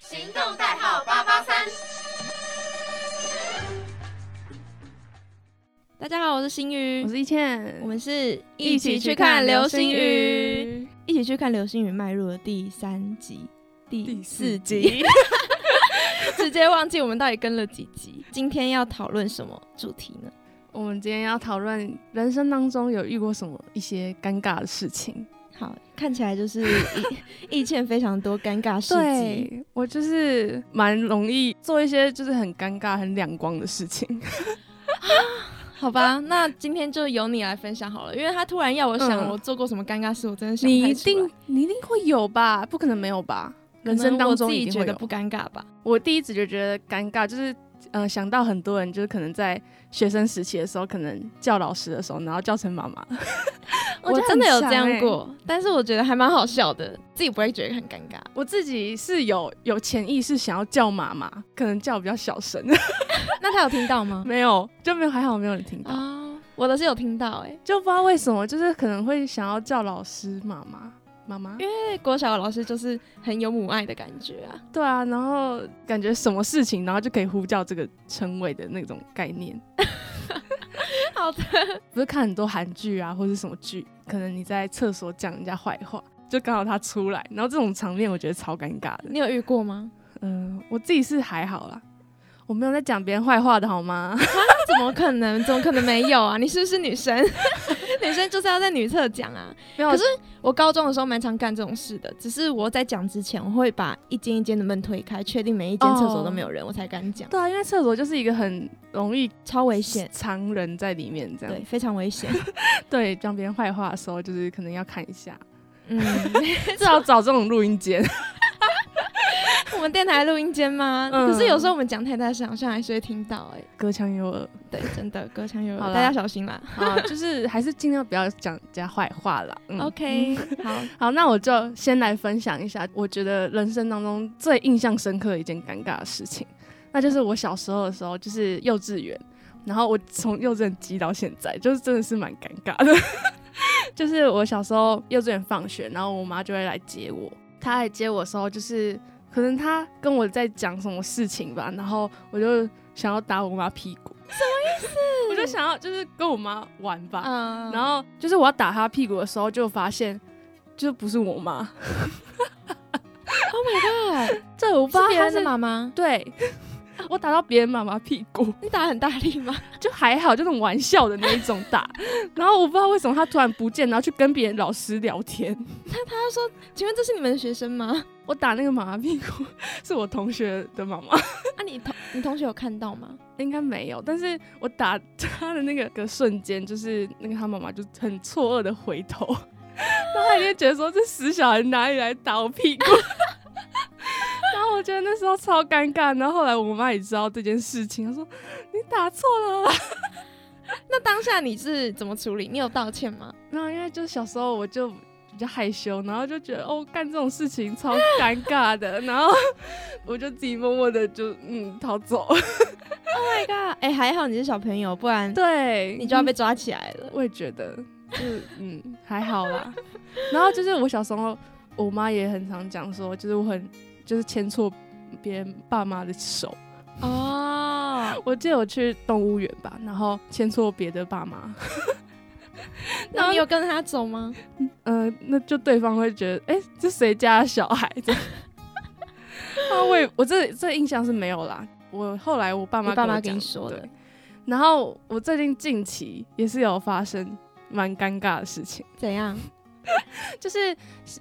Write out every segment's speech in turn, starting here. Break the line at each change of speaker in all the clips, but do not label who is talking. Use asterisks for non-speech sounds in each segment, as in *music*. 行动代号八八三。
大家好，我是星宇
我，是一倩，
我们是
一起去看流星
雨，
雨，
一起去看流星雨迈入了第三集、第四集，
*laughs* 集。
*laughs* 直接忘记我们到底跟了几集。今天要讨论什么主题呢？
我们今天要讨论人生当中有遇过什么一些尴尬的事情。
好，看起来就是 *laughs* 意意见非常多尴尬事迹。
我就是蛮容易做一些就是很尴尬、很两光的事 *laughs* 情。
好吧，那今天就由你来分享好了，因为他突然要我想
嗯
我做过什么尴尬事，我真的想不
你
太
一
出来
定你一定会有吧？不可能没有吧？
可
人
能
生当中
我自己
一定
觉
会
得
有。
不尴尬吧？
我第一直觉得尴尬，就是呃想到很多人就是可能在学生时期的时候，可能叫老师的时候，然后叫成妈妈。
我
觉得
真的
很
有这
强
样
欸
过，但是我觉得还蛮好笑的，自己不会觉得很尴尬。
我自己是有有潜意识想要叫妈妈，可能叫比较小声， *laughs*
那他有听到吗？
没有就没有还好没有人听到，
啊，我的是有听到哎、
就不知道为什么，就是可能会想要叫老师妈妈妈妈，
因为国小老师就是很有母爱的感觉啊。
对啊，然后感觉什么事情，然后就可以呼叫这个称谓的那种概念。
好的，
不是看很多韩剧啊，或者什么剧，可能你在厕所讲人家坏话，就刚好他出来，然后这种场面我觉得超尴尬的。
*laughs* 你有遇过吗？ *laughs*
嗯、我自己是还好啦，我没有在讲别人坏话的好吗？ *laughs*
怎么可能？怎么可能没有啊？你是不是女生？ *laughs* 女生就是要在女厕讲啊。
没有
可是我高中的时候蛮常干这种事的，只是我在讲之前，我会把一间一间的门推开，确定每一间厕所都没有人，我才敢讲，
对啊，因为厕所就是一个很容易
超危险，
藏人在里面这样
对，。非常危
*laughs*
险。
对，讲别人坏话的时候，就是可能要看一 *laughs* 下，
嗯，
至少找这种录音间。
我们电台录音间吗？
嗯
可是有时候我们讲太大声，好像还是会听到哎、
隔墙有耳
*laughs* 对，真的隔墙有耳，
好啦
大家小心啦。
啊，就是还是尽量不要讲人家坏话啦。嗯
OK，好，嗯
好，那我就先来分享一下，我觉得人生当中最印象深刻的一件尴尬的事情，那就是我小时候的时候，就是幼稚园，然后我从幼稚园挤到现在，就是真的是蛮尴尬的。就是我小时候幼稚园放学，然后我妈就会来接我，她来接我的时候，就是可能她跟我在讲什么事情吧，然后我就想要打我妈屁股，什么意思？我就想要就是跟我妈玩吧，
嗯
然后就是我要打他屁股的时候，就发现就不是我妈，
Oh my god，
这我不知道
是别
他
人
是
的妈妈，
*laughs* 对，我打到别人妈妈屁股，
你打很大力吗？ *laughs*
就还好，就那种玩笑的那一种 *laughs* 打。然后我不知道为什么他突然不见，然后去跟别人老师聊天。
他说：“请问这是你们的学生吗？
我打那个妈妈屁股 *laughs* 是我同学的妈
*laughs*
妈，
啊，你同你同学有看到吗？
应该没有，但是我打他的那个个瞬间，就是那个他妈妈就很错愕的回
*laughs*
头，然后他就觉得说这死小孩哪里来打我屁股， *laughs* 然后我觉得那时候超尴尬，然后后来我妈也知道这件事情，她说你打错了啦。
那当下你是怎么处理？你有道歉吗？
然后因为就小时候我就比较害羞，然后就觉得哦干这种事情超尴尬的，然后我就自己默默的就嗯逃走，
Oh my god，哎、还好你是小朋友，不然
对
你就要被抓起来了。
我也觉得，就是嗯，还好啦。然后就是我小时候，我妈也很常讲说，就是我很就是牵错别人爸妈的手。
嗯哦、
我记得我去动物园吧，然后牵错别的爸妈， *laughs* 然
那
后
你有跟着他走吗？
嗯、那就对方会觉得，哎、这谁家的小孩？这样 *laughs* 啊，我也我这这印象是没有啦。我后来我爸妈
你爸
我
妈跟你
讲
说的
对。然后我最近近期也是有发生蛮尴尬的事情。
怎样？
就是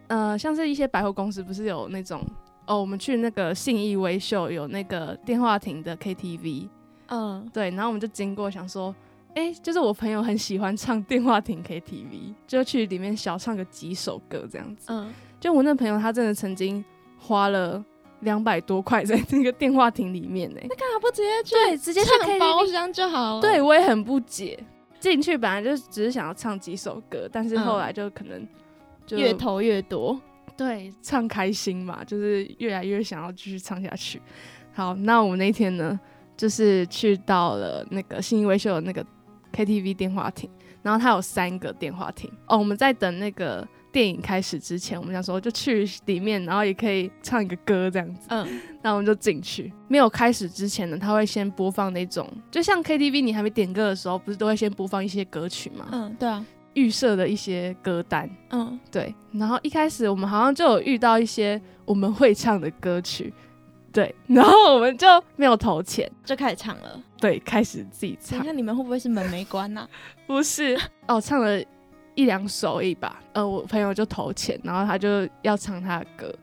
呃，像是一些百货公司不是有那种哦，我们去那个信义威秀有那个电话亭的 KTV，
嗯，
对，然后我们就经过想说，哎、就是我朋友很喜欢唱电话亭 KTV，就去里面小唱个几首歌这样子。
嗯，
就我那朋友他真的曾经花了两百多块在那个电话亭里面呢、
那干嘛不直接去
对，直接去
唱
KTV
包厢就好了？
对，我也很不解，进去本来就只是想要唱几首歌，但是后来就可能就
嗯越投越多。
对，唱开心嘛，就是越来越想要继续唱下去。好，那我们那天呢，就是去到了那个新一维秀的那个 KTV 电话亭，然后它有三个电话亭哦，我们在等那个。电影开始之前，我们想说就去里面，然后也可以唱一个歌这样子。
嗯，
那我们就进去。没有开始之前呢，他会先播放那种，就像 KTV 你还没点歌的时候，不是都会先播放一些歌曲嘛？
嗯，对啊，
预设的一些歌单。
嗯，
对，然后一开始我们好像就有遇到一些我们会唱的歌曲，对，然后我们就没有投钱，
就开始唱了。
对，开始自己
等一
唱
下，你们会不会是门没关啊
*laughs*
呐、
不是哦，唱了一两首而已吧。呃，我朋友就投钱，然后他就要唱他的歌，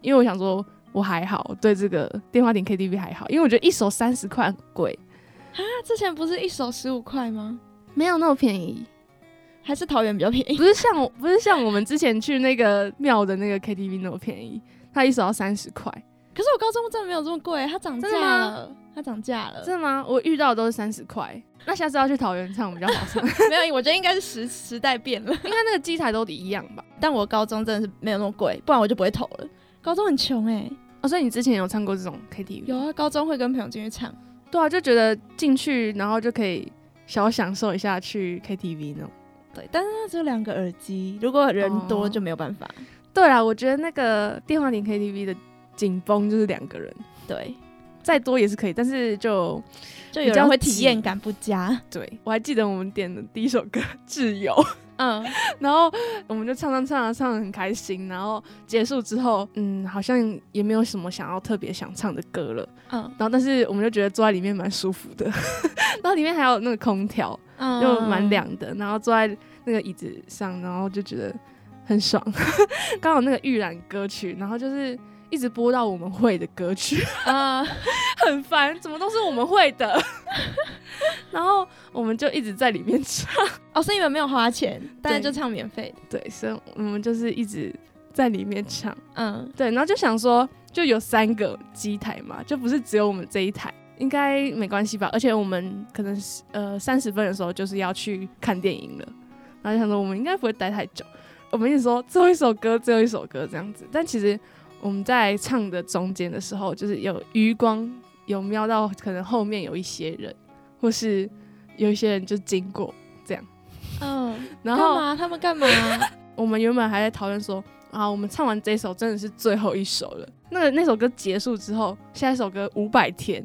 因为我想说我还好，我对这个电话亭 KTV 还好，因为我觉得一首三十块很贵，
那之前不是一首十五块吗？
没有那么便宜，
还是桃园比较便宜？ *laughs*
不是像我不是像我们之前去那个庙的那个 KTV 那么便宜，他一首要三十块。
可是我高中真的没有这么贵，它涨价
真的吗
了，它涨价了。
真的吗？我遇到的都是三十块。那下次要去桃园唱比较好 *laughs* 唱，
没有，我觉得应该是时时代变了。 *laughs*
应该那个机台都得一样吧？
但我高中真的是没有那么贵，不然我就不会投了。高中很穷哎、
哦，所以你之前有唱过这种 KTV？
有啊，高中会跟朋友进去唱，
对啊，就觉得进去然后就可以小享受一下去 KTV 那种。
对，但是那只有两个耳机，如果人多
哦
就没有办法。
对啦，我觉得那个电话亭 KTV 的紧绷就是两个人，
对，
再多也是可以，但是就
就有
比较
人会
挤
体验感不佳。
对我还记得我们点的第一首歌《挚友》，
嗯，
然后我们就唱唱唱啊唱得很开心，然后结束之后，嗯，好像也没有什么想要特别想唱的歌了。
嗯，
然后但是我们就觉得坐在里面蛮舒服的， *laughs* 然后里面还有那个空调，
嗯，
就蛮。凉的，然后坐在那个椅子上，然后就觉得很爽。 *laughs* 刚好那个预览歌曲，然后就是一直播到我们会的歌曲， *laughs*
嗯，
很烦，怎么都是我们会的。 *laughs* 然后我们就一直在里面唱，
哦，所以你们没有花钱，但是
*laughs* 对
就唱免费的。
对，所以我们就是一直在里面唱，
嗯，
对，然后就想说，就有三个机台嘛，就不是只有我们这一台，应该没关系吧？而且我们可能是呃三十分的时候就是要去看电影了，然后就想说我们应该不会待太久，我们一直说最后一首歌，最后一首歌这样子，但其实我们在唱的中间的时候，就是有余光有瞄到可能后面有一些人，或是有一些人就经过，
嗯，干
然后
嘛？他们干嘛？
我们原本还在讨论说啊，我们唱完这首真的是最后一首了。那个那首歌结束之后，下一首歌《五百天》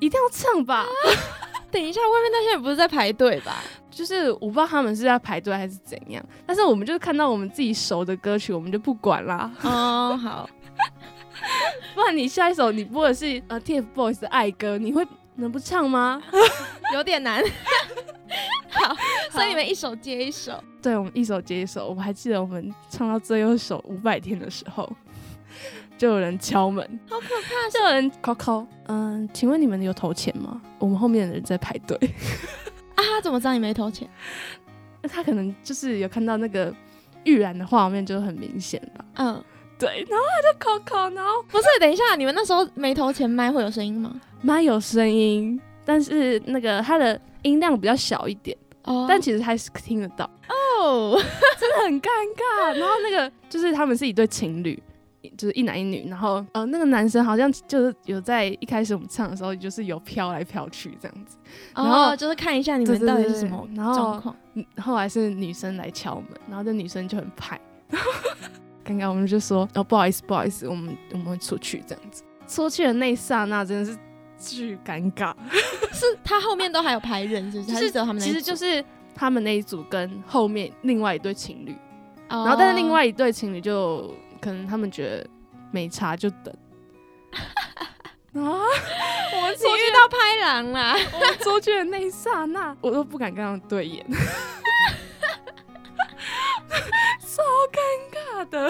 一定要唱吧？
*laughs* 等一下，外面那些人不是在排队 *laughs* 吧？
就是我不知道他们是在排队还是怎样，但是我们就是看到我们自己熟的歌曲，我们就不管啦。
哦，好，
不然你下一首你播的是呃 TFBOYS 的爱歌，你会能不唱吗？
有点难。 *laughs* 好， *laughs* 所以你们一首接一首。
对，我们一首接一首，我还记得我们唱到最后一首《五百天》的时候， *laughs* 就有人敲门，
好可怕！
就有人 call call，嗯，请问你们有投钱吗？我们后面的人在排队。
啊，他怎么知道你没投钱？
那他可能就是有看到那个预览的画面，就很明显吧。
嗯，
对，然后他就 call call，然后
不是，等一下，你们那时候没投钱，麦会有声音吗？
蛮有声音，但是那个他的音量比较小一点，
哦
但其实还是听得到，
哦，
真的很尴尬。然后那个就是他们是一对情侣。就是一男一女，然后呃，那个男生好像就是有在一开始我们唱的时候，就是有飘来飘去这样子，然后
哦就是看一下你
对
们
对
到底
对
是什么
然后
状况。
嗯后来是女生来敲门，然后这女生就很派， *laughs* 刚刚我们就说哦不好意思不好意思，我们我们会出去这样子。出去的那一刹那真的是巨尴尬，
*laughs* 是他后面都还有排人，是不是？还
就是
是只有他们那一组？
其实就是他们那一组跟后面另外一对情侣，
哦，
然后但是另外一对情侣就可能他们觉得没差就
*laughs*
等。啊！我们出
你遇到拍狼
*laughs*
啦，
我们出去的那一刹那，我都不敢跟他们对眼， *laughs* 超尴尬的。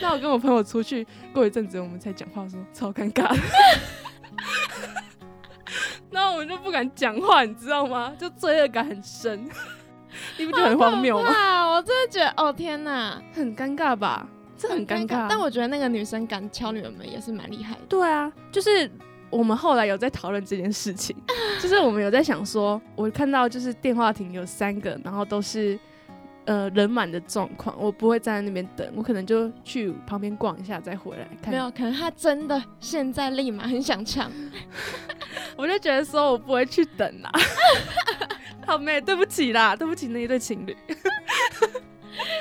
那我跟我朋友出去，过一阵子我们才讲话说超尴尬的。 *laughs* 然后我们就不敢讲话，你知道吗？就罪恶感很深，你不觉得很荒谬吗？
哇，我真的觉得，哦天哪，
很尴尬吧？这很尴尬。
但我觉得那个女生敢敲你们门也是蛮厉害的。
对啊，就是我们后来有在讨论这件事情， *laughs* 就是我们有在想说，我看到就是电话亭有三个，然后都是呃人满的状况，我不会站在那边等，我可能就去旁边逛一下再回来看。
没，有，可能她真的现在立马很想唱。
我就觉得说我不会去等啦。 *laughs* 好妹，对不起啦，对不起那一对情侣，
现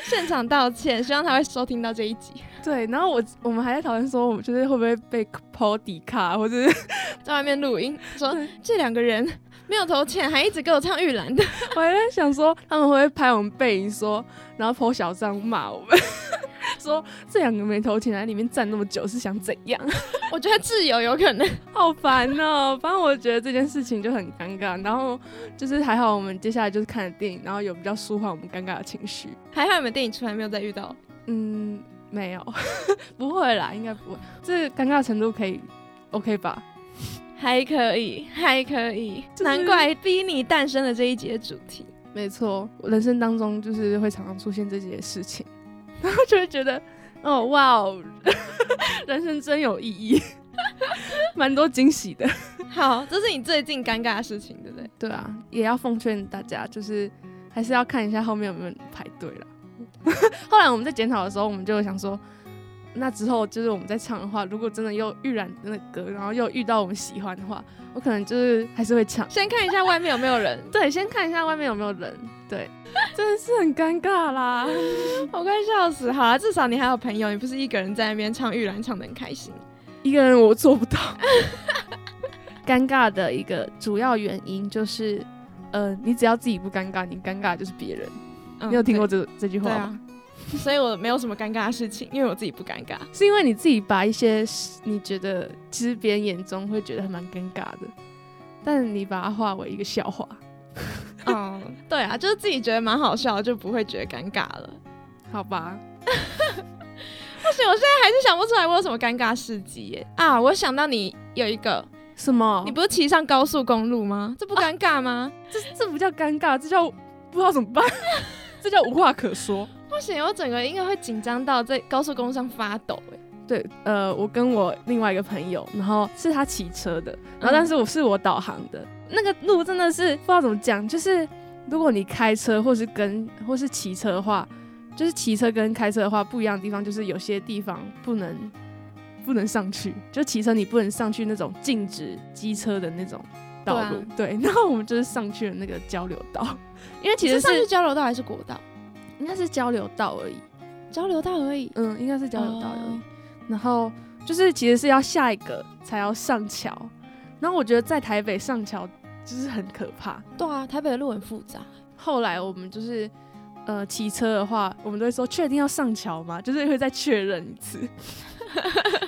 *laughs* 现场道歉，希望他会收听到这一集。
对，然后我我们还在讨论说，我们就是会不会被抛底卡，或者是
在外面录音，说这两个人没有投钱，还一直给我唱玉兰的， *laughs*
我还在想说他们会不会拍我们背影说，然后抛小张骂我们， *laughs* 说这两个没投钱来里面站那么久是想怎样？ *laughs*
我觉得挚友有可能。
好烦哦、反正我觉得这件事情就很尴尬，然后就是还好我们接下来就是看了电影，然后有比较舒缓我们尴尬的情绪。
还好你们电影出来没有再遇到，
嗯，没有， *laughs* 不会啦，应该不会。这尴尬程度可以 OK 吧？
还可以，还可以，
就是
难怪逼你诞生了这一集的主题。
没错，我人生当中就是会常常出现这些事情，然后就会觉得，哦哇哦， *laughs* 人生真有意义， *laughs* 蛮多惊喜的。
好，这是你最近尴尬的事情，对不对？
对啊，也要奉劝大家，就是还是要看一下后面有没有人排队了。 *laughs* 后来我们在检讨的时候，我们就想说，那之后就是我们在唱的话，如果真的又预染真的歌，然后又遇到我们喜欢的话，我可能就是还是会唱。
先看一下外面有没有人，
对，先看一下外面有没有人。对， *laughs* 真的是很尴尬啦。
*laughs* 我快笑死。好啊，至少你还有朋友，你不是一个人在那边唱玉兰，唱的很开心。
一个人我做不到。 *laughs* 尴尬的一个主要原因就是，呃，你只要自己不尴尬，你尴尬的就是别人。
嗯
你有听过这这
对
句话
对
吗？
啊， *laughs* 所以我没有什么尴尬的事情，因为我自己不尴尬。
是因为你自己把一些你觉得其实别人眼中会觉得还蛮尴尬的，但你把它化为一个笑话。
哦， *laughs* 对啊，就是自己觉得蛮好笑，就不会觉得尴尬了。
好吧，
不行，我现在还是想不出来我有什么尴尬事迹耶啊！我想到你有一个，
什么
你
你
不是骑上高速公路吗？
啊
这不尴尬吗？
这这不叫尴尬，这叫不知道怎么办， *laughs* 这叫无话可说。
不行，我整个应该会紧张到在高速公路上发抖哎。
对，呃，我跟我另外一个朋友，然后是他骑车的，然后
嗯
但是我是我导航的，那个路真的是不知道怎么讲，就是如果你开车或是跟或是骑车的话，就是骑车跟开车的话不一样的地方，就是有些地方不能不能上去，就骑车你不能上去那种禁止机车的那种道路，对，啊 *laughs* 然后我们就是上去了那个交流道，因为其实
是上去
是
交流道还是国道？
应该是交流道而已，
交流道而已。
嗯，应该是交流道而已。
哦
然后就是其实是要下一个才要上桥，然后我觉得在台北上桥就是很可怕。
对啊，台北的路很复杂。
后来我们就是呃骑车的话，我们都会说确定要上桥吗？就是会再确认一次，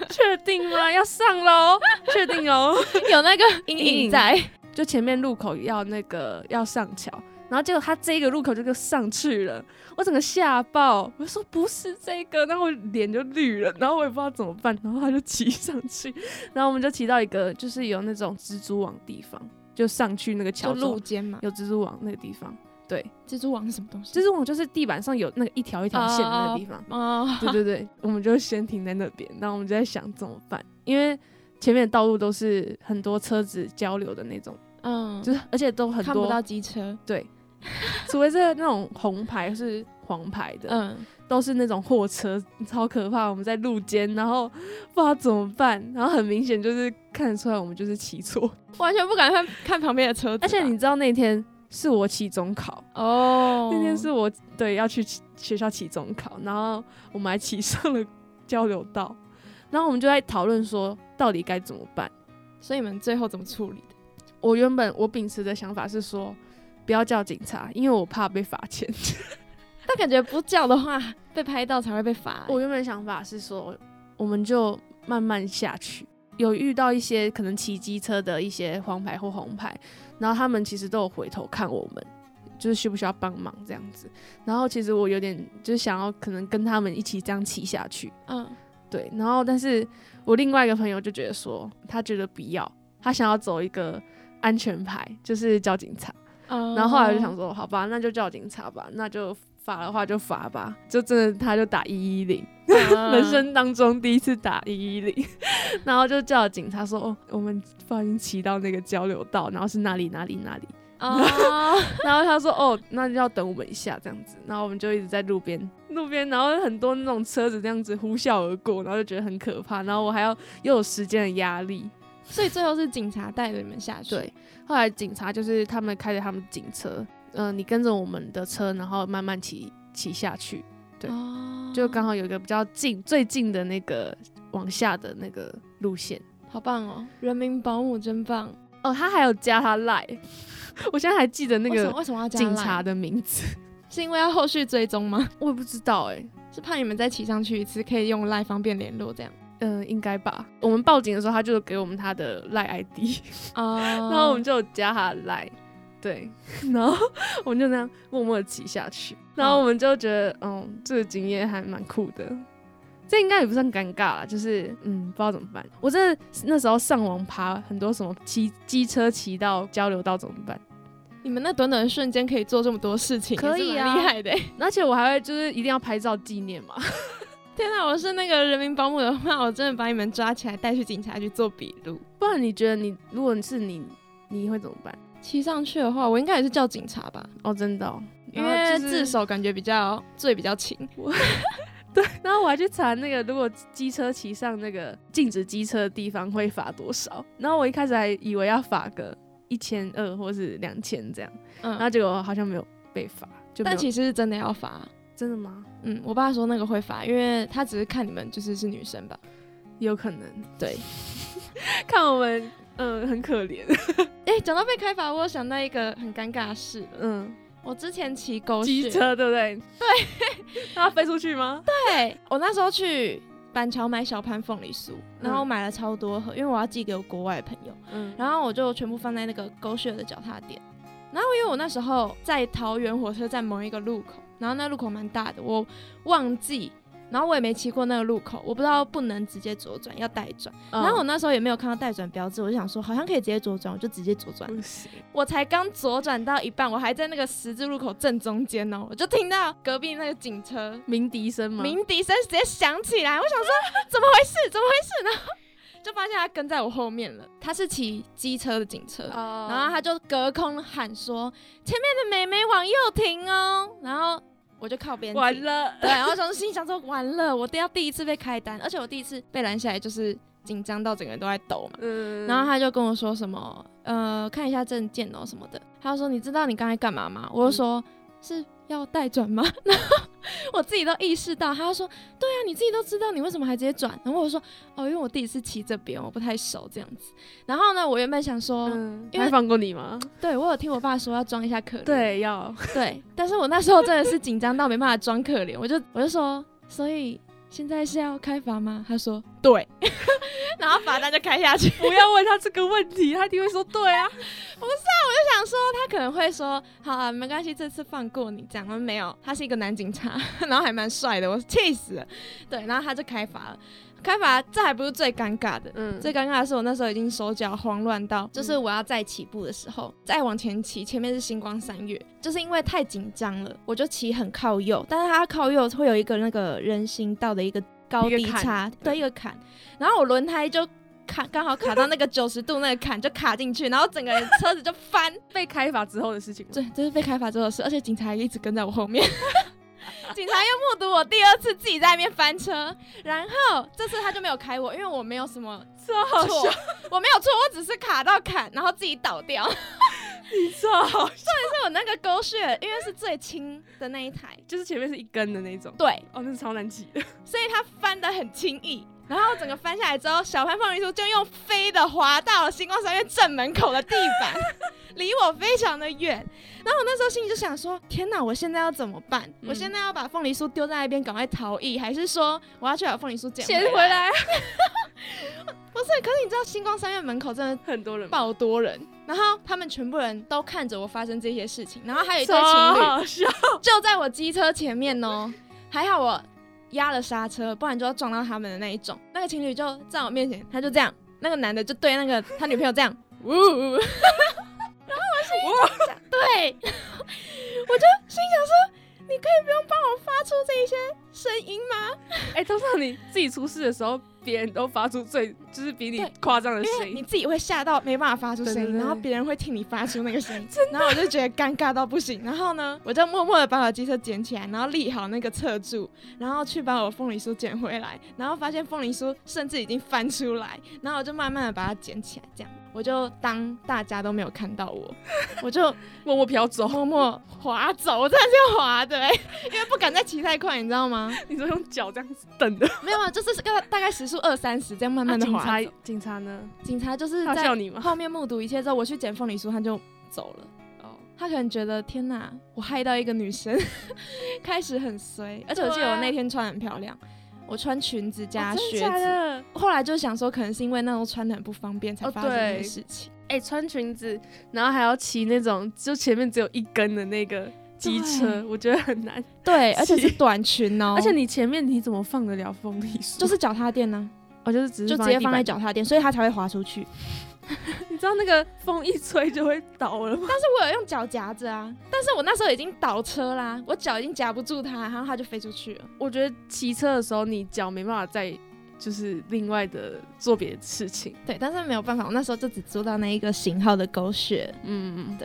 确定吗？要上喽，确定哦。
*laughs* 有
*laughs*
那个阴影在，
就前面路口要那个要上桥，然后结果他这个路口就给我上去了，我整个吓爆，我就说不是这个，然后我脸就绿了，然后我也不知道怎么办，然后他就骑上去，然后我们就骑到一个就是有那种蜘蛛网地方，就上去那个
就
桥
路
中
肩嘛。
有蜘蛛网那个地方，对，
蜘蛛网是什么东西？
蜘蛛网就是地板上有那个一条一条线的那个地方。
哦，
对对对，我们就先停在那边，然后我们就在想怎么办，因为前面的道路都是很多车子交流的那种，
嗯，
就是而且都很
看
多
不到机车。
除非是那种红牌是黄牌的，
嗯，
都是那种货车，超可怕。我们在路肩，然后不知道怎么办，然后很明显就是看得出来我们就是
*laughs*
骑错。
完全不敢看看旁边的车子吧。啊
而且你知道那天是我期中考，
哦，
那天是我对要去骑学校期中考，然后我们还骑上了交流道，然后我们就在讨论说到底该怎么办。
所以你们最后怎么处理的？
我原本我秉持的想法是说不要叫警察，因为我怕被罚钱。
但感觉不叫的话，被拍到才会被罚、
我原本想法是说，我们就慢慢下去。有遇到一些可能骑机车的一些黄牌或红牌，然后他们其实都有回头看我们，就是需不需要帮忙这样子。然后其实我有点就是想要可能跟他们一起这样骑下去，
嗯，
对。然后但是我另外一个朋友就觉得说，他觉得不要，他想要走一个安全牌，就是叫警察。
嗯
然后后来我就想，说，好吧，那就叫警察吧，那就罚的话就罚吧，就真的他就打一一零。
嗯
人生当中第一次打一一零， *laughs* 然后就叫警察说，哦，我们不小心骑到那个交流道，然后是哪里哪里哪里， *laughs*
哦，
然后他说，哦，那就要等我们一下这样子，然后我们就一直在路边路边，然后很多那种车子这样子呼啸而过，然后就觉得很可怕，然后我还要又有时间的压力，
所以最后是警察带着你们下去。
对，后来警察就是他呃们开着他们警车，嗯、你跟着我们的车，然后慢慢骑骑下去，对
哦
就刚好有一个比较近最近的那个往下的那个路线。
好棒哦，人民保姆真棒。
哦，他还有加他 line，我 *laughs* 现在还记得那
为什
个
么为什么要加
警
Line？
察的
*laughs*
名字，
是因为要后续追踪吗？ *laughs*
我也不知道哎、
是怕你们再骑上去一次可以用 Line 方便联络这样。
嗯、应该吧。我们报警的时候，他就给我们他的 line ID，、
哦，然
*laughs* 然后我们就有加他的 line，对， *laughs* 然后我们就那样默默的骑下去，然后我们就觉得，嗯，这个经验还蛮酷的。这应该也不算尴尬啦，就是嗯，不知道怎么办。我真的那时候上网爬很多什么骑机车骑到交流道怎么办？
你们那短短的瞬间可以做这么多事情，
可
也
以啊
是蛮厉害的。欸
而且我还会就是一定要拍照纪念嘛。
天哪，我是那个人民保姆的话，我真的把你们抓起来带去警察局做笔录。
不然你觉得你如果是你，你会怎么办？
骑上去的话，我应该也是叫警察吧，
哦，真的、哦，
因为
自
自首感觉比较罪比较轻。
然后我还去查那个，如果机车骑上那个禁止机车的地方会罚多少。然后我一开始还以为要罚个一千二或是两千这样，然后
嗯，
结果好像没有被罚，就没
但
有
其实是真的要罚。
真的吗？
嗯，我爸说那个会罚，因为他只是看你们就是是女生吧。
有可能，
对，
*laughs* 看我们嗯很可怜，
哎、讲到被开罚，我有想到一个很尴尬的事了。
嗯，
我之前骑狗
机
血，
车对不对？对，它飞出去吗？
对我那时候去板桥买小盘凤梨酥，然后买了超多盒，因为我要寄给我国外的朋友，
嗯，
然后我就全部放在那个狗血的脚踏垫。然后因为我那时候在桃园火车站某一个路口，然后那路口蛮大的，我忘记，然后我也没骑过那个路口，我不知道不能直接左转，要带转。
嗯
然后我那时候也没有看到待转标志，我就想说好像可以直接左转，我就直接左转。
不行，
我才刚左转到一半，我还在那个十字路口正中间哦，我就听到隔壁那个警车
鸣笛声吗？
鸣笛声直接响起来，我想说 *laughs* 怎么回事？怎么回事？然后 *laughs* 就发现他跟在我后面了，他是骑机车的警车。
哦
然后他就隔空喊说：“前面的妹妹往右停哦。”然后我就靠边停
完了，
对，然后从心里想说完了，我都要第一次被开单，而且我第一次被拦下来就是紧张到整个人都在抖嘛。
嗯
然后他就跟我说什么，呃，看一下证件哦什么的。他就说你知道你刚才干嘛吗？
嗯
我就说是要带转吗？ *laughs* 然后我自己都意识到，他就说对啊，你自己都知道，你为什么还直接转？然后我说哦，因为我第一次骑这边，我不太熟这样子。然后呢，我原本想说，
嗯，
因为
他放过你吗？
对我有听我爸说要装一下可怜，
对， *laughs* 要
对，但是我那时候真的是紧张到没办法装可怜，我就我就说，所以现在是要开罚吗？他说对， *laughs* 然后罚单就开下去。
不要问他这个问题，他一定会说对啊。
我想说他可能会说，好啊，没关系，这次放过你。讲了没有？他是一个男警察， *laughs* 然后还蛮帅的，我气死了。对，然后他就开罚了，开罚这还不是最尴尬的。
嗯
最尴尬的是，我那时候已经手脚慌乱到，就是我要再起步的时候，再往前骑，前面是星光三月，就是因为太紧张了，我就骑很靠右，但是它靠右会有一个那个人行道的一个高低
一个坎
差，
对
对，一个坎，然后我轮胎就卡，刚好卡到那个九十度那个坎，就卡进去，然后整个人车子就翻，
被开罚之后的事情吗？
对，这是被开罚之后的事，而且警察也一直跟在我后面。 *laughs* 警察又目睹我第二次自己在那边翻车，然后这次他就没有开我，因为我没有什么
超好
错，
笑，
我没有错，我只是卡到坎，然后自己倒掉。 *laughs* 但
超好笑，
是我那个狗血，因为是最轻的那一台，
*laughs* 就是前面是一根的那种。
对，
哦，那是超难骑
*laughs*
的，
所以它翻得很轻易。然后整个翻下来之后，小潘凤梨酥就用飞的滑到了星光三月正门口的地
*laughs*
板，离我非常的远。然后我那时候心里就想说：天哪，我现在要怎么办？
嗯
我现在要把凤梨酥丢在那边，赶快逃逸，还是说我要去把凤梨酥捡
捡
回
回
来
来？
不是，可是你知道星光三月门口真的
很多人
爆多人，然后他们全部人都看着我发生这些事情，然后还有一对
超
情侣
好笑， *laughs*
就在我机车前面哦，还好我压了刹车，不然就要撞到他们的那一种。那个情侣就在我面前，他就这样，那个男的就对那个他女朋友这样，呜，然后我心里想，对，我就心想说，你可以不用帮我发出这一些声音吗？
哎、通常你自己出事的时候，别人都发出最就是比你
对
夸张的
因
声
为你
音，
自己会吓到没办法发出声
对
音，
对对
然后别人会替你发出那个声
*laughs*
音，然后我就觉得尴尬到不行。然后呢，我就默默的把我的机车捡起来，然后立好那个侧柱，然后去把我凤梨酥捡回来，然后发现凤梨酥甚至已经翻出来，然后我就慢慢的把它捡起来，这样我就当大家都没有看到
*laughs*
我，我就
默默飘走。 *laughs*
默默滑走，我真的是要滑的、欸，因为不敢再骑太快，你知道
*laughs*
吗？
你说用脚这样子蹬的，
没有啊，就是大大概时速二三十这样慢慢的
啊警
滑走、
察警察呢？
警察就是
他
在哦 *laughs*
笑你吗？
后面目睹一切之后，我去捡凤梨酥，他就走了。
哦，
他可能觉得天哪，我害到一个女生， *laughs* 开始很衰。而且我记
对
得
啊
我那天穿很漂亮，我穿裙子加靴
真
子。
假的？
后来就想说，可能是因为那时候穿的很不方便，才
哦
发生这
对
件事情。
哎、穿裙子，然后还要骑那种就前面只有一根的那个机车， *laughs*
对
我觉得很难。
对，而且 *laughs*
是
是短裙哦，
而且你前面你怎么放得了凤梨酥？
就是脚踏垫呢、
哦，就是只是
就直接
地板
放在脚踏垫，所以它才会滑出去。
你知道那个风一吹就会倒了吗？
*laughs* 但是我有用脚夹着啊，但是我那时候已经倒车啦，我脚已经夹不住它，然后它就飞出去了。
我觉得骑车的时候你脚没办法再就是另外的做别的事情。
对，但是没有办法，我那时候就只租到那一个型号的狗血。
嗯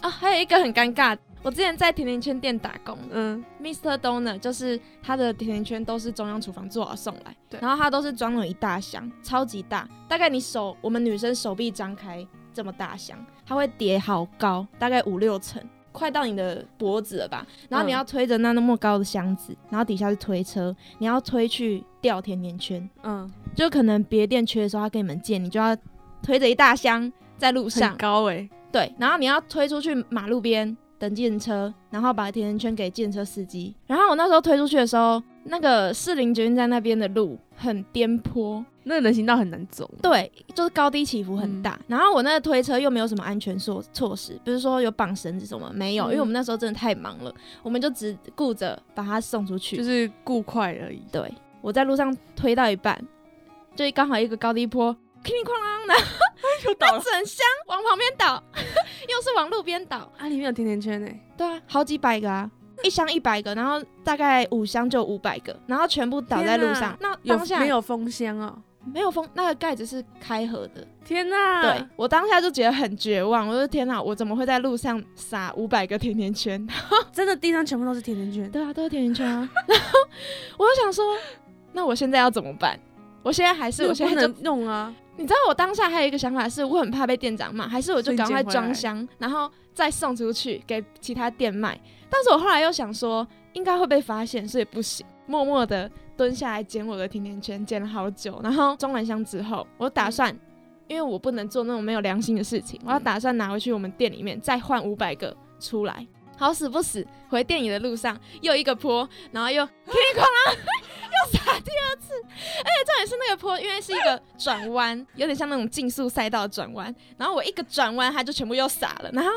啊，还有一个很尴尬，我之前在甜甜圈店打工
嗯
，Mr. Donut 就是他的甜甜圈都是中央厨房做好送来，
对
然后它都是装了一大箱，超级大，大概你手我们女生手臂张开这么大箱，它会叠好高，大概五六层。快到你的脖子了吧？然后你
嗯
要推着那那么高的箱子，然后底下是推车，你要推去吊甜甜圈，
嗯，
就可能别店缺的时候，他给你们借，你就要推着一大箱在路上
很，高哎、
对，然后你要推出去马路边等计程车，然后把甜甜圈给计程车司机。然后我那时候推出去的时候，那个士林捷运站那边的路很颠簸，
那个人行道很难走。
对，就是高低起伏很
嗯
大。然后我那个推车又没有什么安全措措施，不是说有绑绳子什么没有，
嗯
因为我们那时候真的太忙了，我们就只顾着把它送出去。
就是顾快而已。
对，我在路上推到一半，就刚好一个高低坡，哐哐啷啷的，
*laughs* 又倒
整箱往旁边倒， *laughs* 又是往路边倒。
啊！里面有甜甜圈哎、
对啊，好几百个啊，一箱一百个，然后大概五箱就五百个，然后全部倒在路上。那
有
当下
没有封箱哦？
没有封，那个盖子是开合的。
天哪、
对我当下就觉得很绝望，我说天哪，我怎么会在路上撒五百个甜甜圈？
真的地上全部都是甜甜
*laughs*
圈。
对啊，都是甜甜圈啊。 *laughs* 然后我就想说，那我现在要怎么办？我现在还是我
那个
现
不
在就，
能用啊！
你知道我当下还有一个想法是，我很怕被店长骂，还是我就赶快装箱，然后再送出去给其他店卖。但是我后来又想说，应该会被发现，所以不行，默默的蹲下来捡我的甜甜圈，捡了好久。然后装完箱之后，我打算，因为我不能做那种没有良心的事情，我要打算拿回去我们店里面再换五百个出来。好死不死，回店里的路上又一个坡，然后又 *laughs* 噼里哐啦啊又撒第二次，而且重点是那个坡，因为是一个转弯，有点像那种竞速赛道的转弯，然后我一个转弯，它就全部又撒了， *laughs* 然后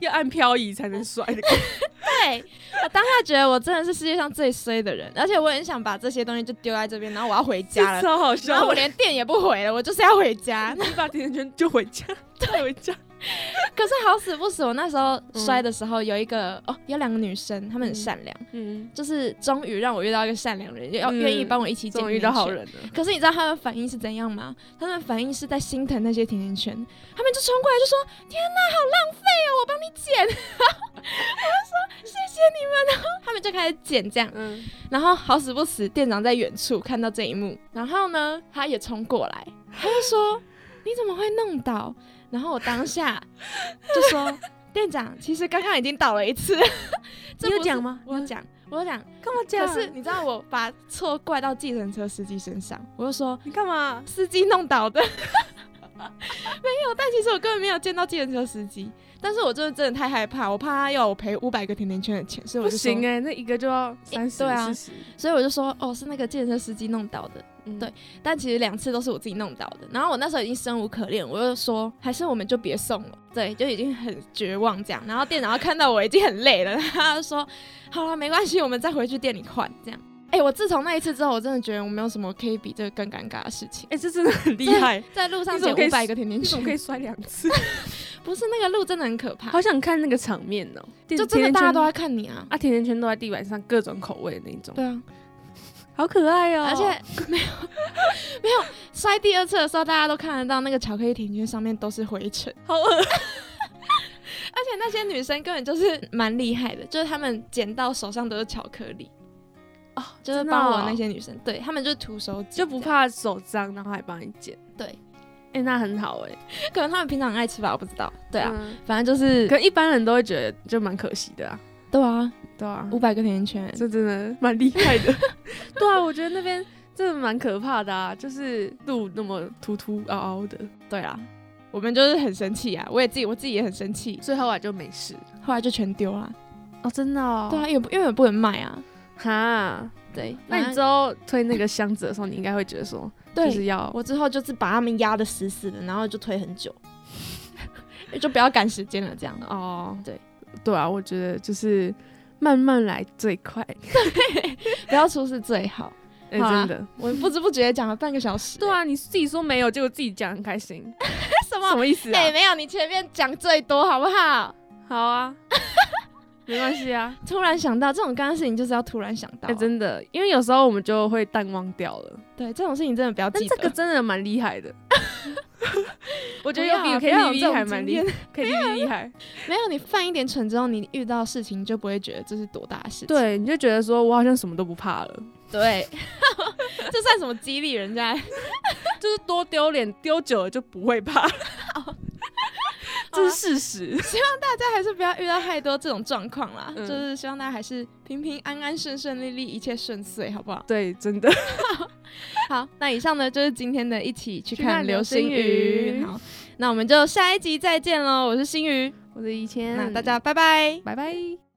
要按漂移才能摔 *laughs* 的。
对，我当下觉得我真的是世界上最衰的人，而且我很想把这些东西就丢在这边，然后我要回家
*laughs*
了，
超好
然后
笑
我
的。
连店也不回了，我就是要回家。
你把甜甜圈就回家，带回家。
可是好死不死，我那时候摔的时候有一个、哦，有两个女生，她们很善良，
*laughs* 嗯，
就是终于让我遇到一个善良人，要
嗯
愿意帮我一起捡
终于遇到
甜甜圈
好。人了。
可是你知道他们反应是怎样吗？他们反应是在心疼那些甜甜圈，他们就冲过来就说：“天哪，好浪费哦，我帮你捡。” *laughs* 我就说：“谢谢你们。”然后他们就开始捡这样。
嗯，
然后好死不死，店长在远处看到这一幕，然后呢，他也冲过来，他就说：“你怎么会弄倒？”然后我当下就
*laughs*
说：“店长，其实刚刚已经倒了一次。 *laughs* 这
你有
不是
讲吗
我有讲，我有讲。
干嘛
可
讲？
是你知道，我把错怪到计程车司机身上，我就说
你干嘛？
司机弄倒的。没 *laughs* 有，但其实我根本没有见到计程车司机，但是我就是真的太害怕，我怕他要我赔五百个甜甜圈的钱，所以
不
我就说
行哎、那一个就要三十、
对啊
四十。
所以我就说哦，是那个计程车司机弄倒的。
嗯
对，但其实两次都是我自己弄倒的。然后我那时候已经生无可恋，我就说还是我们就别送了，对，就已经很绝望这样。然后店长看到我已经很累了，他就说好了，没关系，我们再回去店里换这样。哎、我自从那一次之后，我真的觉得我没有什么可以比这个更尴尬的事情。
哎、这真的很厉害。
在路上
你怎
捡
么可以
五百个甜甜
你怎
圈
么可，以摔两次？
不是那个路真的很可怕
*laughs* 好，想看那个场面哦、
就真的大家都
在
在看你啊。
啊，甜甜圈都在地板上，各种口味的那种。
对啊，
好可爱哦、
而且没有 *laughs* 没有摔第二次的时候，大家都看得到那个巧克力甜圈上面都是灰尘，
好恶，
而且那些女生根本就是蛮厉害的，就是她们捡到手上都是巧克力，
哦，
就是帮我那些女生，对她们就是徒手捡
就不怕手脏，然后还帮你剪。
对，
哎、那很好哎、
这样，可能她们平常很爱吃吧，我不知道。对啊，
嗯
反正就是
可一般人都会觉得就蛮可惜的啊。
对啊，
对啊，
五百个甜圈，
这真的蛮厉害的。 *laughs* 对啊，我觉得那边真的蛮可怕的啊，就是路那么凸凸凹凹的，
对啊，我们就是很生气啊，我也自己我自己也很生气，
所以后来就没事
后来就全丢了。
哦，真的哦
对啊，因为因为不能卖啊。
哈，
对，
那你之后推那个箱子的时候，你应该会觉得说，
对
就是要
我之后就是把他们压得死死的，然后就推很 *laughs* 久，就不要赶时间了，这样哦。
哦，
对，
对啊，我觉得就是慢慢来最快，
*laughs* 不要出是最好。
哎、
好啊
真的。
我不知不觉讲了半个小时、
对，啊，你自己说没有，结果自己讲很开心，
什
*laughs*
*laughs*
什
么？
么意思啊？
哎、没有，你前面讲最多好不好？
好 *laughs* 啊，没关系啊。
突然想到这种刚刚事情，就是要突然想到、
哎、真的，因为有时候我们就会淡忘掉了。
对这种事情真的不要
但
记
这
得。
个真的蛮厉害的， *laughs* 啊我
我
觉得有比 KTV 还蛮厉害 *laughs*
害。
，KTV 厉害。
*laughs* 没有，你犯一点蠢之后，你遇到事情就不会觉得这是多大的事情。
对，你就觉得说我好像什么都不怕了，
对， *laughs* 这算什么激励人家？
*laughs* 就是多丢脸，丢久了就不会 *laughs* 怕了。这是事实。
但还是不要遇到太多这种状况啦，
嗯？
就是希望大家还是平平安安、顺顺利利，一切顺遂，好不好
*laughs* 对，真的。
好，那以上呢就是今天的一起去
去看
看流
流
星
星
雨。
雨
好，那我们就下一集再见喽，我是星宇，
我的以前
那大家拜拜。
拜拜。